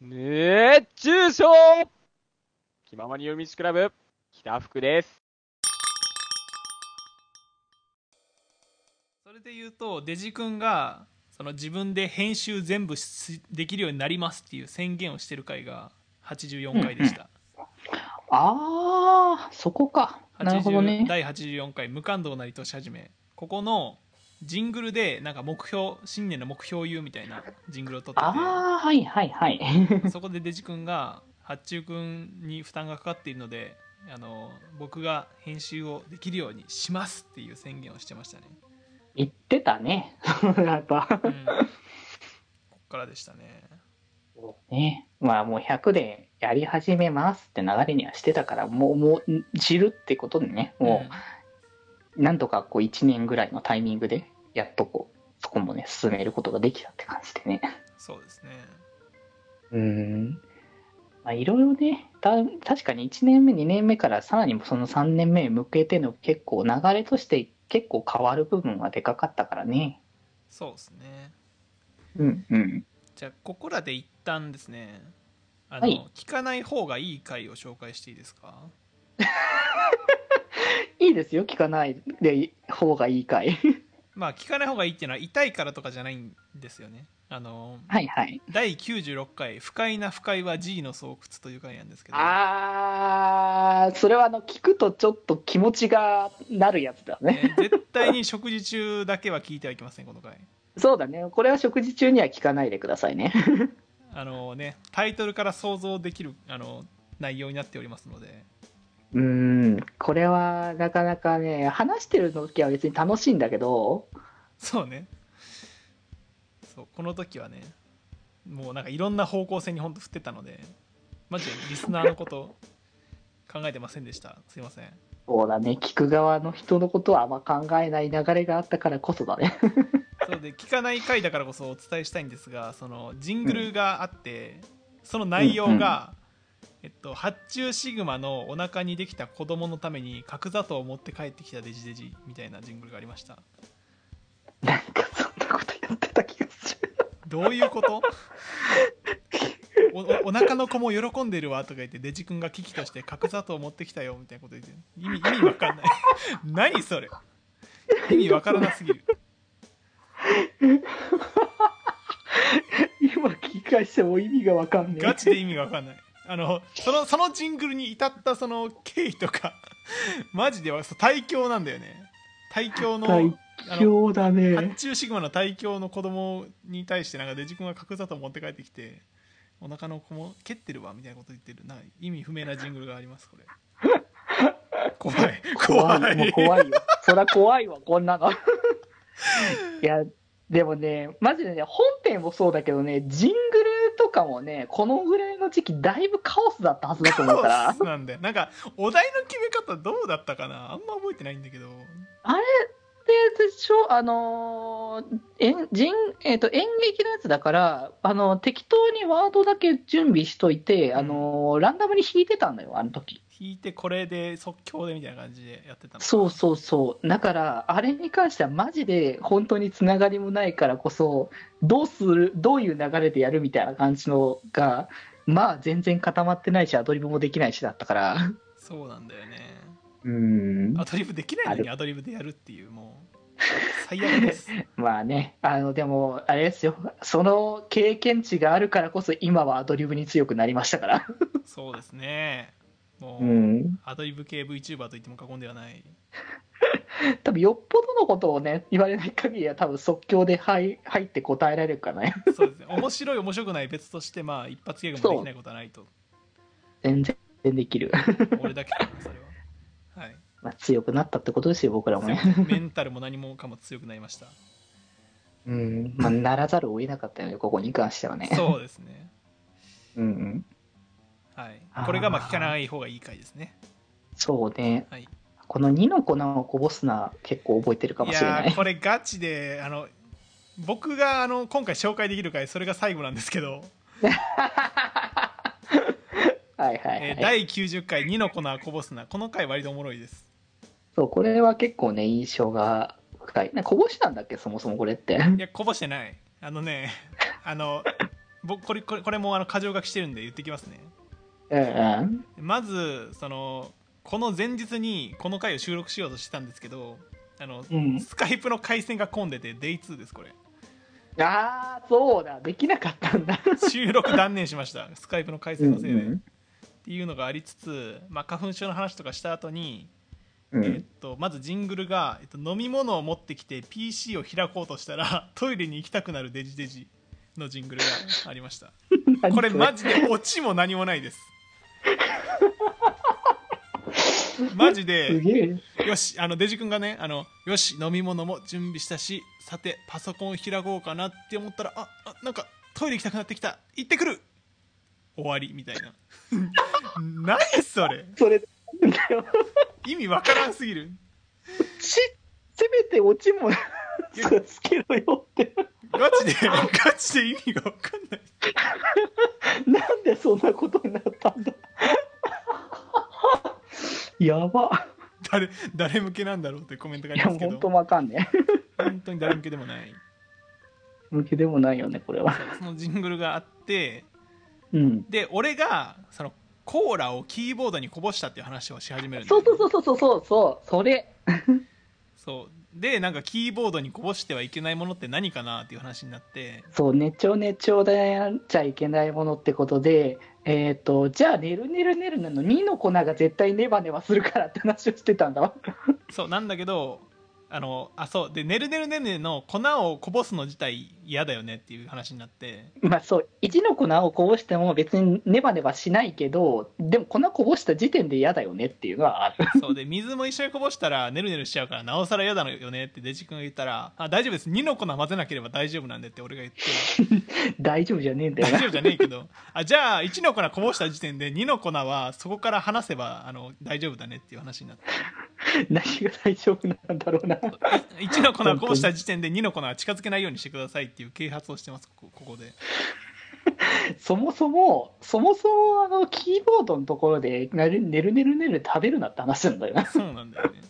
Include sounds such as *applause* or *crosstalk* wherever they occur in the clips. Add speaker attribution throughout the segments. Speaker 1: 熱中症気ままに夜道クラブ、北福です。
Speaker 2: それで言うとデジ君がその自分で編集全部しできるようになりますっていう宣言をしてる回が84回でした、
Speaker 3: ああ、そこか。なるほど
Speaker 2: 80
Speaker 3: ね。
Speaker 2: 第84回「無感動なりとし始め」ここのジングルでなんか目標新年の目標を言うみたいなジングルを撮って
Speaker 3: ああ、はいはいはい。 *laughs*
Speaker 2: てそこでデジ君が発注君に負担がかかっているのであの僕が編集をできるようにしますっていう宣言をしてましたね、
Speaker 3: 言ってたね。なんか
Speaker 2: う。
Speaker 3: *laughs*
Speaker 2: ん、ここからでしたね
Speaker 3: ね。まあもう100でやり始めますって流れにはしてたから、もう、もう、知るってことでね、
Speaker 2: ん
Speaker 3: もう、なんとかこう1年ぐらいのタイミングで、やっとこう、そこもね、進めることができたって感じでね。
Speaker 2: そうですね
Speaker 3: うーん。まあいろいろね、た確かに1年目、2年目からさらにその3年目へ向けての結構流れとして結構変わる部分はでかかったからね。
Speaker 2: そうですね
Speaker 3: うんうん。
Speaker 2: じゃあここらで一旦ですねあの、
Speaker 3: はい
Speaker 2: 聞かない方がいい回を紹介していいですか
Speaker 3: いいですよ、聞かないで方がいいかい。
Speaker 2: まあ聞かない方がいいっていうのは痛いからとかじゃないんですよねあの
Speaker 3: *laughs* はいはい。
Speaker 2: 第96回「不快な不快は G の巣窟」という回なんですけど
Speaker 3: あー、それはあの、聞くとちょっと気持ちがなるやつだね。
Speaker 2: えー絶対に食事中だけは聞いてはいけませんこの回
Speaker 3: そうだね。これは食事中には聞かないでくださいね。
Speaker 2: あのねタイトルから想像できるあの内容になっておりますので
Speaker 3: うーん、これはなかなかね、話してる時は別に楽しいんだけど、
Speaker 2: そうねそうこの時はねもうなんかいろんな方向性にほんと振ってたのでマジでリスナーのこと考えてませんでしたすいません
Speaker 3: そうだね、聞く側の人のことはあんま考えない流れがあったからこそだね。 *laughs*
Speaker 2: そうで聞かない回だからこそお伝えしたいんですがそのジングルがあって、その内容が、えっと、発注シグマのお腹にできた子供のために角砂糖を持って帰ってきたデジデジみたいなジングルがありました
Speaker 3: なんかそんなことやってた気がする。
Speaker 2: どういうことおおお腹の子も喜んでるわとか言ってデジ君が危機として角砂糖を持ってきたよみたいなこと言って意味意味わかんない *laughs* 何それ意味わからなすぎる
Speaker 3: 今聞き返しても意味がわかんねえ。
Speaker 2: ガチで意味がわかんないあのそのそのジングルに至ったその経緯とかマジではそう大凶なんだよね大凶の
Speaker 3: 最
Speaker 2: あの
Speaker 3: 強だね
Speaker 2: 発。注シグマの大凶の子供に対してなんかデジ君が角砂糖持って帰ってきてお腹の子も蹴ってるわみたいなこと言ってるなんか意味不明なジングルがありますこれ怖い怖
Speaker 3: 怖
Speaker 2: い
Speaker 3: い、もう怖いよ。そりゃ怖いわ、こんなの。い *laughs* や、でもね、マジでね、本編もそうだけどね、ジングルとかもね、このぐらいの時期、だいぶカオスだったはずだと思うから
Speaker 2: カオ。スなんだよなんかお題の決め方どうだったかなあんま覚えてないんだけど
Speaker 3: で、でしょあのーえん人えっと演劇のやつだから、あの適当にワードだけ準備しといて、
Speaker 2: うん
Speaker 3: あのーランダムに弾いてたんだよ、あの時。
Speaker 2: 弾いてこれで即興でみたいな感じでやってたの
Speaker 3: そうそうそう。だから、あれに関してはマジで本当につながりもないからこそ、どうする、どういう流れでやるみたいな感じのが、まあ全然固まってないし、アドリブもできないしだったから。
Speaker 2: そうなんだよね
Speaker 3: うん。
Speaker 2: アドリブできないのにアドリブでやるっていうもう最悪です
Speaker 3: *laughs* まあね、あの、でも、あれですよ。その経験値があるからこそ、今はアドリブに強くなりましたから。
Speaker 2: そうですねもう、
Speaker 3: うん、
Speaker 2: アドリブ系 VTuber と言っても過言ではない
Speaker 3: 多分よっぽどのことをね言われない限りは多分即興で入入って答えられるからね
Speaker 2: そう
Speaker 3: *laughs*
Speaker 2: ですね面白い面白くない別としてまあ一発ギャグもできないことはないと
Speaker 3: 全然できる、
Speaker 2: 俺だけかなそれははい
Speaker 3: まあ、強くなったってことですよ僕らもね、
Speaker 2: メンタルも何もかも強くなりました
Speaker 3: うんまあ、ならざるを得なかったよねここに関してはね
Speaker 2: そうですね
Speaker 3: う,、んうん、
Speaker 2: はい
Speaker 3: あー
Speaker 2: これがまあ聞かない方がいい回ですね
Speaker 3: そうね、
Speaker 2: はい
Speaker 3: この2の粉をこぼすのは結構覚えてるかも
Speaker 2: い
Speaker 3: しれ
Speaker 2: や
Speaker 3: な
Speaker 2: ー
Speaker 3: い
Speaker 2: これガチであの僕があの今回紹介できる回それが最後なんですけど
Speaker 3: はいは
Speaker 2: え
Speaker 3: い、
Speaker 2: ー
Speaker 3: はい
Speaker 2: 第90回「2の粉はこぼすな」この回割とおもろいです
Speaker 3: そうこれは結構ね印象が深いなんかこぼしたんだっけそもそもこれって
Speaker 2: いやこぼしてないあのねあの僕これこれこれもあの箇条書きしてるんで言ってきますね
Speaker 3: うんうん
Speaker 2: まずそのこの前日にこの回を収録しようとしてたんですけどあの、
Speaker 3: うん
Speaker 2: スカイプの回線が混んでて Day2 ですこれ
Speaker 3: ああそうだできなかったんだ
Speaker 2: 収録断念しま
Speaker 3: *laughs*
Speaker 2: したスカイプの回
Speaker 3: うん
Speaker 2: 線のせいでっていうのがありつつ、まあ、花粉症の話とかした後に、
Speaker 3: うんう
Speaker 2: えっ
Speaker 3: ん
Speaker 2: とまずジングルが、えっと、飲み物を持ってきて PC を開こうとしたら *laughs* トイレに行きたくなるデジデジのジングルがありましたこれマジでオチも何もない
Speaker 3: *laughs*
Speaker 2: ですマジです
Speaker 3: げえ
Speaker 2: よしあのデジ君がねあのよし飲み物も準備したしさてパソコンを開こうかなって思ったらああなんかトイレ行きたくなってきた行ってくる終わりみたいな *laughs* 何それ
Speaker 3: それなんだよ
Speaker 2: 意味わからんすぎる
Speaker 3: ちせめて落ちもつけろよって
Speaker 2: ガチでガチで意味がわかんない
Speaker 3: なんでそんなことになったんだやば
Speaker 2: 誰誰向けなんだろうってコメントがあ
Speaker 3: い
Speaker 2: り
Speaker 3: や
Speaker 2: ますけど
Speaker 3: 本当わかんねえ
Speaker 2: 本当に誰向けでもない
Speaker 3: 向けでもないよねこれは
Speaker 2: そのジングルがあって
Speaker 3: うん
Speaker 2: で俺がそのコーラをキーボードにこぼしたっていう話をし始めるんだよ
Speaker 3: そう
Speaker 2: ね
Speaker 3: そうそうそうそうそうそれ
Speaker 2: そうでなんかキーボードにこぼしてはいけないものって何かなっていう話になって
Speaker 3: そう寝ちょう寝ちょうでやっちゃいけないものってことでえっ、とじゃあ寝る寝る寝るなの2の粉が絶対ネバネバするからって話をしてたんだわ *laughs*
Speaker 2: そうなんだけどあのあそうで「ねるねるねるね」の粉をこぼすの自体嫌だよねっていう話になって
Speaker 3: まあそう1の粉をこぼしても別にネバネバしないけどでも粉こぼした時点で嫌だよねっていうのはある *laughs*
Speaker 2: そうで水も一緒にこぼしたらねるねるしちゃうからなおさら嫌だよねってデジ君が言ったら「あ大丈夫です2の粉混ぜなければ大丈夫なんで」って俺が言って
Speaker 3: 大丈夫じゃねえんだ
Speaker 2: 大
Speaker 3: よな *laughs*
Speaker 2: 丈夫じゃねえけどあじゃあ1の粉こぼした時点で2の粉はそこから離せばあの大丈夫だねっていう話になって
Speaker 3: 何が大丈夫なんだろうな *laughs*
Speaker 2: 1の粉をこぼした時点で2の粉は近づけないようにしてくださいっていう啓発をしてますここここで
Speaker 3: そもそもそもそもあのキーボードのところで寝る寝る寝る寝る食べるなって話なんだよな *laughs*
Speaker 2: そうなんだよね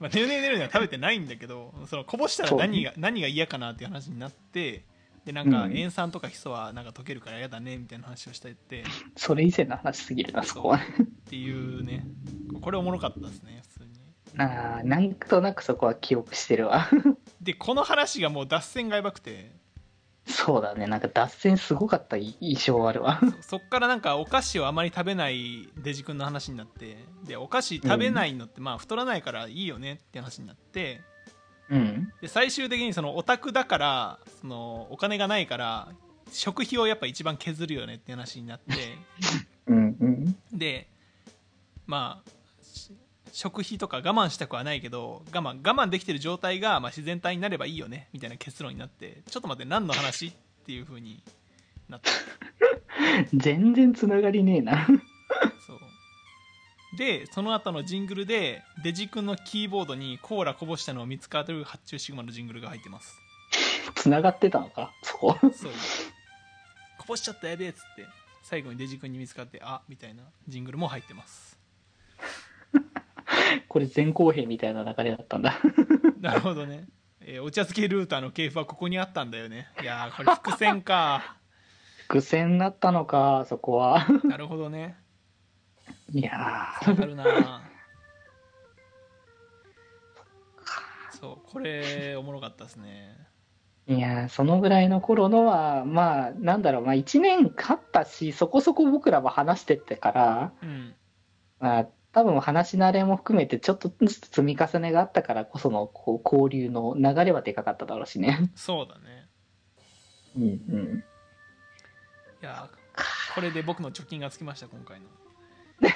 Speaker 2: まあねるねるねるねは食べてないんだけどそのこぼしたら何が何が嫌かなっていう話になってでなんか
Speaker 3: うん
Speaker 2: 塩酸とかヒ素はなんか溶けるから嫌だねみたいな話をしてってっ
Speaker 3: それ以前の話すぎるなそこは *laughs*
Speaker 2: ていうねこれおもろかったですね普通に
Speaker 3: なあなんとなくそこは記憶してるわ
Speaker 2: でこの話がもう脱線がやばくて
Speaker 3: そうだねなんか脱線すごかったい印象あるわ
Speaker 2: そそっからなんかお菓子をあまり食べないデジ君の話になってでお菓子食べないのってまあ太らないからいいよねって話になって
Speaker 3: うん
Speaker 2: で最終的にそのオタクだからそのお金がないから食費をやっぱ一番削るよねって話になって
Speaker 3: うんうん
Speaker 2: でまあし食費とか我慢したくはないけど我慢我慢できてる状態がまあ自然体になればいいよねみたいな結論になってちょっと待って何の話っていう風になった
Speaker 3: 全然つながりねえな *laughs*
Speaker 2: そうでその後のジングルでデジ君のキーボードにコーラこぼしたのを見つかる発注シグマのジングルが入ってます
Speaker 3: つながってたのかそこ
Speaker 2: そうこぼしちゃったやべえっつって最後にデジ君に見つかってあみたいなジングルも入ってます
Speaker 3: これ前後編みたいな流れだったんだ *laughs*
Speaker 2: なるほどね、えーお茶漬けルーターの系譜はここにあったんだよねいやーこれ伏線か
Speaker 3: 伏線だったのかそこは *laughs*
Speaker 2: なるほどね
Speaker 3: いや
Speaker 2: わかるなそうこれおもろかったですね
Speaker 3: ーいやーそのぐらいの頃のはまあなんだろうまあ1年経ったしそこそこ僕らも話してってから
Speaker 2: うん
Speaker 3: まあ、多分話し慣れも含めてちょっとずつ積み重ねがあったからこそのこう交流の流れはでかかっただろうしね。
Speaker 2: そうだね
Speaker 3: うんうん、
Speaker 2: いやーこれで僕の貯金がつきました今回の *laughs*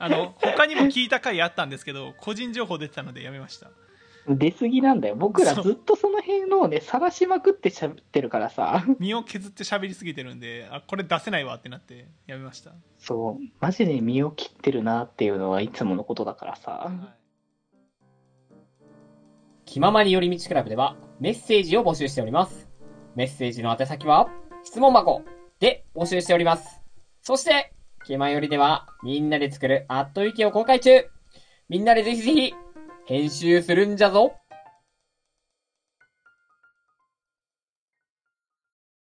Speaker 2: あの他にも聞いた回あったんですけど個人情報出てたのでやめました
Speaker 3: 出過ぎなんだよ僕ら
Speaker 2: そう
Speaker 3: ずっとその辺のをね晒しまくってしゃべってるからさ
Speaker 2: 身を削って喋りすぎてるんであこれ出せないわってなってやめました、
Speaker 3: そうマジで身を切ってるなっていうのはいつものことだからさ
Speaker 4: 気ままに寄り道クラブではメッセージを募集しております。メッセージの宛先は、質問箱で募集しております。そして、気まよりでは、みんなで作るあっという間を公開中みんなでぜひぜひ、編集するんじゃぞ